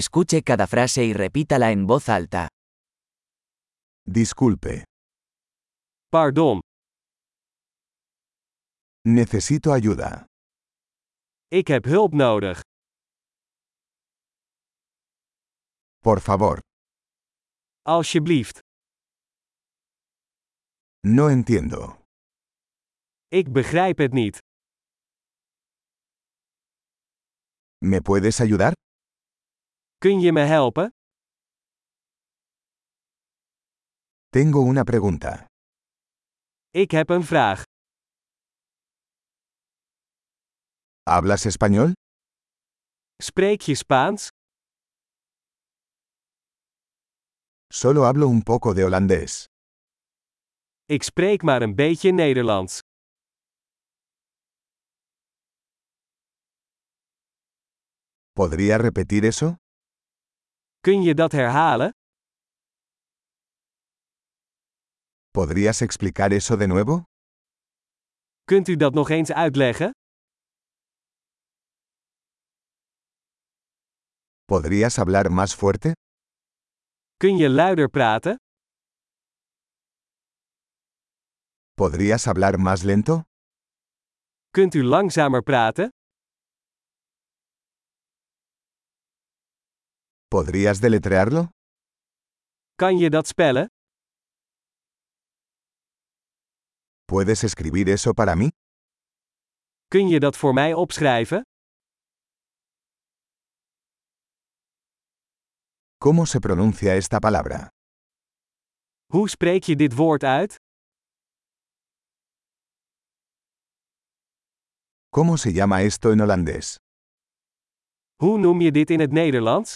Escuche cada frase y repítala en voz alta. Disculpe, Pardon, necesito ayuda. ik heb hulp nodig. Por favor, Alsjeblieft, no entiendo. ik begrijp het niet. ¿Me puedes ayudar? Kun je me helpen? Tengo una pregunta. Ik heb een vraag. ¿Hablas español? Spreek je Spaans? Solo hablo un poco de holandés. Ik spreek maar een beetje Nederlands. ¿Podría repetir eso? Kun je dat herhalen? ¿Podrías explicar eso de nuevo? Kunt u dat nog eens uitleggen? ¿Podrías hablar más fuerte? Kun je luider praten? ¿Podrías hablar más lento? Kunt u langzamer praten? ¿Podrías deletrearlo? Kan je dat spellen? ¿Puedes escribir eso para mí? Kun je dat voor mij opschrijven? ¿Cómo se pronuncia esta palabra? Hoe spreek je dit woord uit? ¿Cómo se llama esto en holandés? Hoe noem je dit in het Nederlands?